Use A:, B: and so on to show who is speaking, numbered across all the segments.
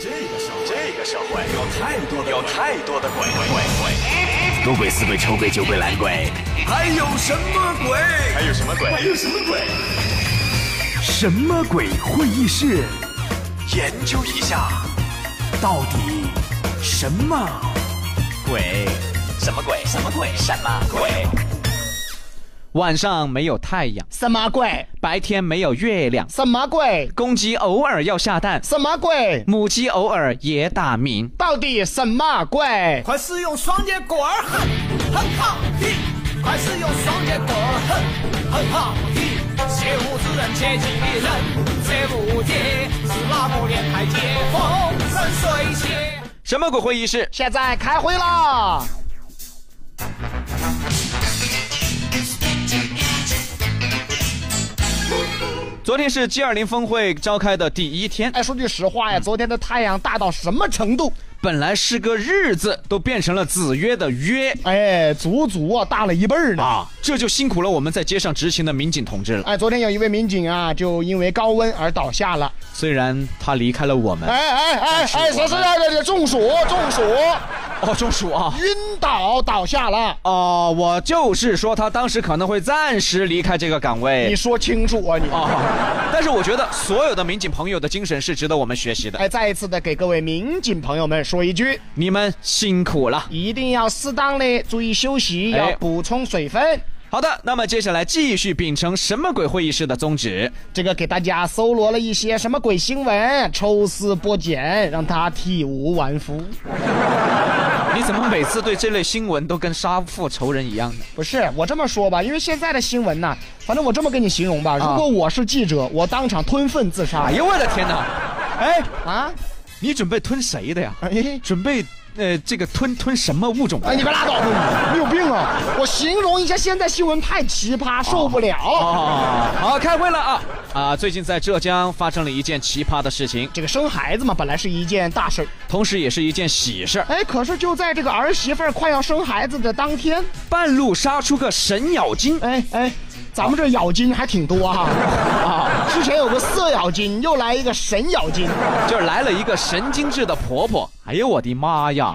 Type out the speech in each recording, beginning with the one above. A: 这个社会，这个社会有太多的有太多的鬼鬼鬼，
B: 赌鬼、死鬼、丑鬼、酒鬼、懒鬼，
A: 还有什么鬼？还有什么鬼？还有什么鬼？
B: 什么鬼会议室？
A: 研究一下，
B: 到底什么鬼？
A: 什么鬼？什么鬼？什么鬼？
C: 晚上没有太阳，
D: 什么鬼？
C: 白天没有月亮，
D: 什么鬼？
C: 公鸡偶尔要下蛋，
D: 什么鬼？
C: 母鸡偶尔也打鸣。
D: 到底什么鬼？
E: 快使用双截棍儿，哼哼哈嘿！快使用双截棍儿，哼哼哈嘿！邪乎之人切忌人，这不贴是哪个连台阶？风生水起。
C: 什么鬼会议室？
D: 现在开会啦！
C: 昨天是 G 二零峰会召开的第一天，
D: 哎，说句实话呀，昨天的太阳大到什么程度？
C: 本来是个日字，都变成了子曰的曰
D: 哎，足足啊大了一倍儿呢。
C: 啊，这就辛苦了我们在街上执勤的民警同志了。
D: 哎，昨天有一位民警啊，就因为高温而倒下了。
C: 虽然他离开了我们
D: 哎，哎哎哎，谁是那个中暑？中暑，
C: 哦，中暑啊。
D: 晕倒倒下了。
C: 哦，我就是说，他当时可能会暂时离开这个岗
D: 你
C: 位
D: 说清楚啊你！
C: 哦，但是我觉得所有的民警朋友的精神是值得我们学习 的，
D: 哎，再一次的给各位民警朋友们说一句，
C: 你们辛苦了。
D: 一定要适当的注意休息，
C: 哎
D: 要补充水分。
C: 好的，那么接下来继续秉承什么鬼会议室的宗旨，
D: 这个给大家搜罗了一些什么鬼新闻，抽丝剥茧，让他体无完肤。
C: 你怎么每次对这类新闻都跟杀父仇人一样呢？
D: 不是我这么说吧，因为现在的新闻呐、反正我这么跟你形容吧，如
C: 啊
D: 果我是记者，我当场吞粪自杀。
C: 哎呦我的天哪！哎，
D: 啊！
C: 你准备吞谁的呀？
D: 哎
C: 准备呃，这个吞吞什么物种？
D: 哎，你快拉倒吧你！你有病啊！我形容一下现在新闻太奇葩，受不了。
C: 哦，好，开会了啊！啊，最近在浙江发生了一件奇葩的事情，
D: 这个生孩子嘛，本来是一件大事儿，
C: 同时也是一件喜事儿。
D: 哎，可是就在这个儿媳妇儿快要生孩子的当天，
C: 半路杀出个神咬金，
D: 哎哎，咱们这咬金还挺多哈、啊！之前有个色咬金，又来一个神咬金，
C: 就是来了一个神经质的婆婆。哎呦我的妈呀！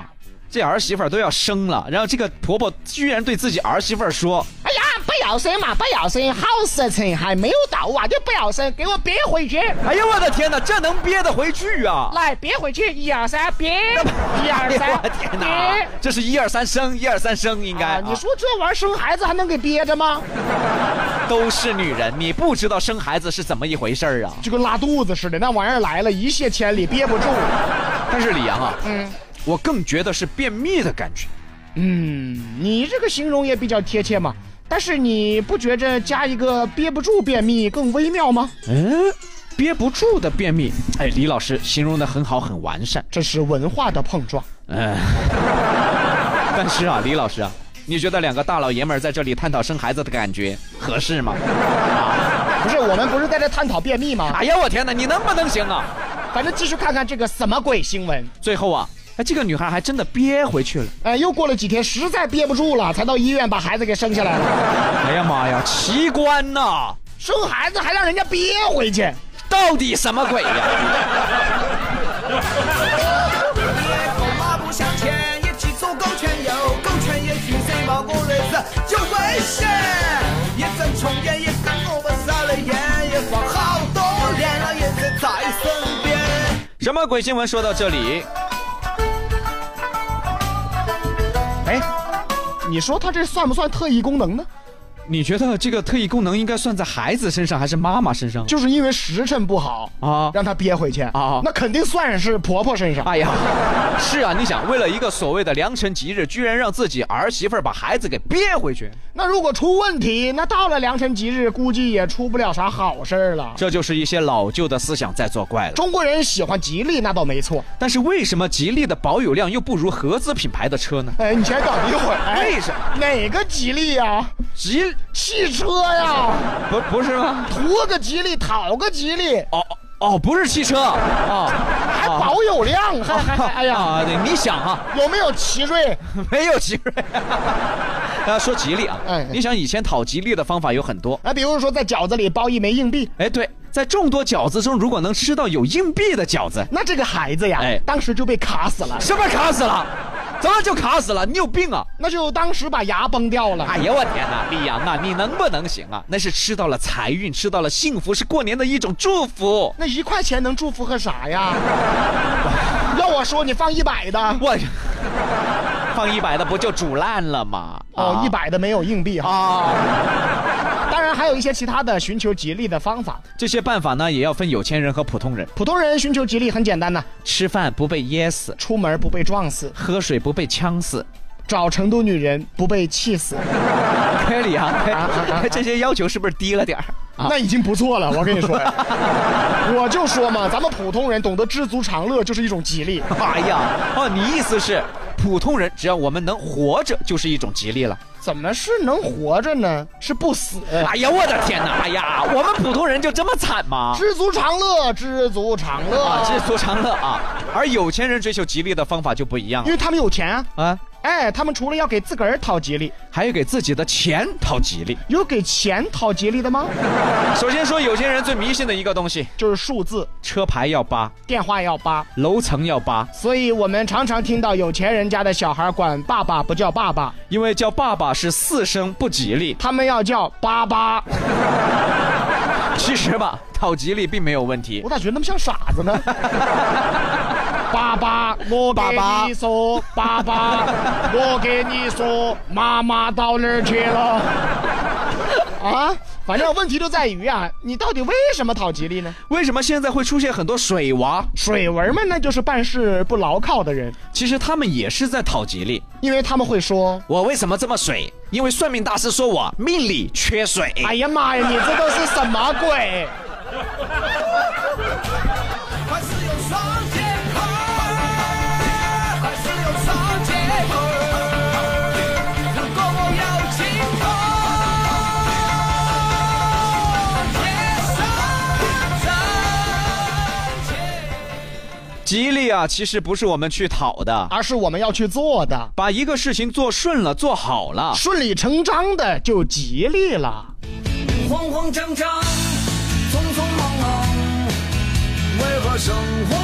C: 这儿媳妇儿都要生了，然后这个婆婆居然对自己儿媳妇儿说
D: 哎呀，不要生嘛，不要生，好事情还没有到啊，你不要生，给我憋回去。：“
C: 哎呀，我的天哪，这能憋得回去啊
D: 来，憋回去，一二三，憋，一！”
C: 哎
D: 二
C: 呦
D: 三
C: 我的，天哪
D: 憋。，
C: 这是一二三生，一二三生，应该、
D: 啊，你说这玩意儿生孩子还能给憋着吗？
C: 都是女人，你不知道生孩子是怎么一回事儿啊？
D: 就跟拉肚子似的，那玩意儿来了，一泻千里，憋不住。
C: 但是李阳啊，嗯，我更觉得是便秘的感觉。
D: 嗯，你这个形容也比较贴切嘛。但是你不觉着加一个憋不住便秘更微妙吗？
C: 嗯，憋不住的便秘。哎，李老师形容的很好，很完善。嗯
D: 这是文化的碰撞。
C: 但是啊，李老师啊，你觉得两个大老爷们儿在这里探讨生孩子的感觉合适吗？
D: 不是，我们不是在这探讨便秘吗？
C: 哎呀，我天哪，你能不能行啊？
D: 反正继续看看这个什么鬼新闻。
C: 最后啊，哎，这个女孩还真的憋回去了。
D: 哎，又过了几天，实在憋不住了，才到医院把孩子给生下来 了。
C: 哎呀妈呀，奇观呐、
D: 生孩子还让人家憋回去。
C: 到底什么鬼呀？
E: 别走马步向前，一起左勾拳右勾拳，也许谁把我日子有危险。一阵穷烟，一阵我们杀了烟，也放好多年了，也是在身边。
C: 什么鬼新闻？说到这里，
D: 哎，你说他这算不算特异功能呢？
C: 你觉得这个特异功能应该算在孩子身上还是妈妈身上？
D: 就是因为时辰不好
C: 啊
D: 让他憋回去
C: 啊
D: 那肯定算是婆婆身上。
C: 哎呀，是啊，你想，为了一个所谓的良辰吉日，居然让自己儿媳妇儿把孩子给憋回去，
D: 那如果出问题，那到了良辰吉日，估计也出不了啥好事儿了。
C: 这就是一些老旧的思想在作怪了。
D: 中国人喜欢吉利，那倒没错。
C: 但是为什么吉利的保有量又不如合资品牌的车呢？
D: 哎，你先等一会儿。哎，
C: 为什么
D: 哪个吉利呀、
C: 吉
D: 汽车呀、
C: 不不是吗？
D: 图个吉利，讨个吉利，
C: 哦哦，不是汽车哦，
D: 还保有量，还还还哎呀，
C: 啊，对，你想啊，
D: 有没有奇瑞？
C: 没有奇 瑞。大家说吉利啊，
D: 哎
C: 你想以前讨吉利的方法有很多，
D: 啊哎，比如说在饺子里包一枚硬币，
C: 哎，对，在众多饺子中，如果能吃到有硬币的饺子，
D: 那这个孩子呀，
C: 哎
D: 当时就被卡死了，
C: 什么卡死了？怎么就卡死了？你有病啊！
D: 那就当时把牙崩掉了。
C: 哎呀，我天哪，李阳啊，你能不能行啊？那是吃到了财运，吃到了幸福，是过年的一种祝福。
D: 那一块钱能祝福个啥呀？ 要我说，你放一百的
C: 我 放一百的不就煮烂了吗？
D: 哦
C: 啊，
D: 一百的没有硬币哈。
C: 啊！
D: 当然还有一些其他的寻求吉利的方法。
C: 这些办法呢，也要分有钱人和普通人。
D: 普通人寻求吉利很简单呐、
C: 吃饭不被噎死，
D: 出门不被撞死，
C: 喝水不被呛死。
D: 找成都女人不被气死，
C: 哎，李阳，
D: 啊啊
C: 哎这些要求是不是低了点儿？啊，
D: 那已经不错了。我跟你 说呀，我就说嘛，咱们普通人懂得知足常乐就是一种吉利。
C: 哎呀，哦，你意思是普通人只要我们能活着就是一种吉利了？
D: 怎么是能活着呢？是不死。
C: 哎呀，我的天哪！哎呀，我们普通人就这么惨吗？
D: 知足常乐，知足常乐，
C: 啊，知足常乐啊。而有钱人追求吉利的方法就不一样
D: 因
C: 了
D: 为他们有钱啊。
C: 啊，
D: 哎，他们除了要给自个儿讨吉利，
C: 还有给自己的钱讨吉利。
D: 有给钱讨吉利的吗？
C: 首先说，有钱人最迷信的一个东西，
D: 就是数字，
C: 车牌要扒，
D: 电话要扒。
C: 楼层要扒，
D: 所以我们常常听到有钱人家的小孩管爸爸不叫爸爸，
C: 因为叫爸爸是四声不吉利。
D: 他们要叫爸爸。
C: 其实吧，讨吉利并没有问题
D: 我。咋觉得那么像傻 子呢？爸爸，我
C: 爸爸
D: 给你说，爸爸，我给你说，妈妈到哪儿去了？啊，反正问题就在于啊，你到底为什么讨吉利呢？
C: 为什么现在会出现很多水娃？
D: 水文们呢，就是办事不牢靠的人，
C: 其实他们也是在讨吉利。
D: 因为他们会说
C: 我为什么这么水？因为算命大师说我命里缺水。：“
D: 哎呀妈呀，你这都是什么鬼？”
E: 快使用双节棍儿，快使用双节棍儿，如果我有尽头，天上真切。
C: 吉利啊，其实不是我们去讨的，
D: 而是我们要去做的，
C: 把一个事情做顺了，做好了。
D: 顺理成章的就吉利了。
E: 慌慌张张，匆匆忙忙，为何生活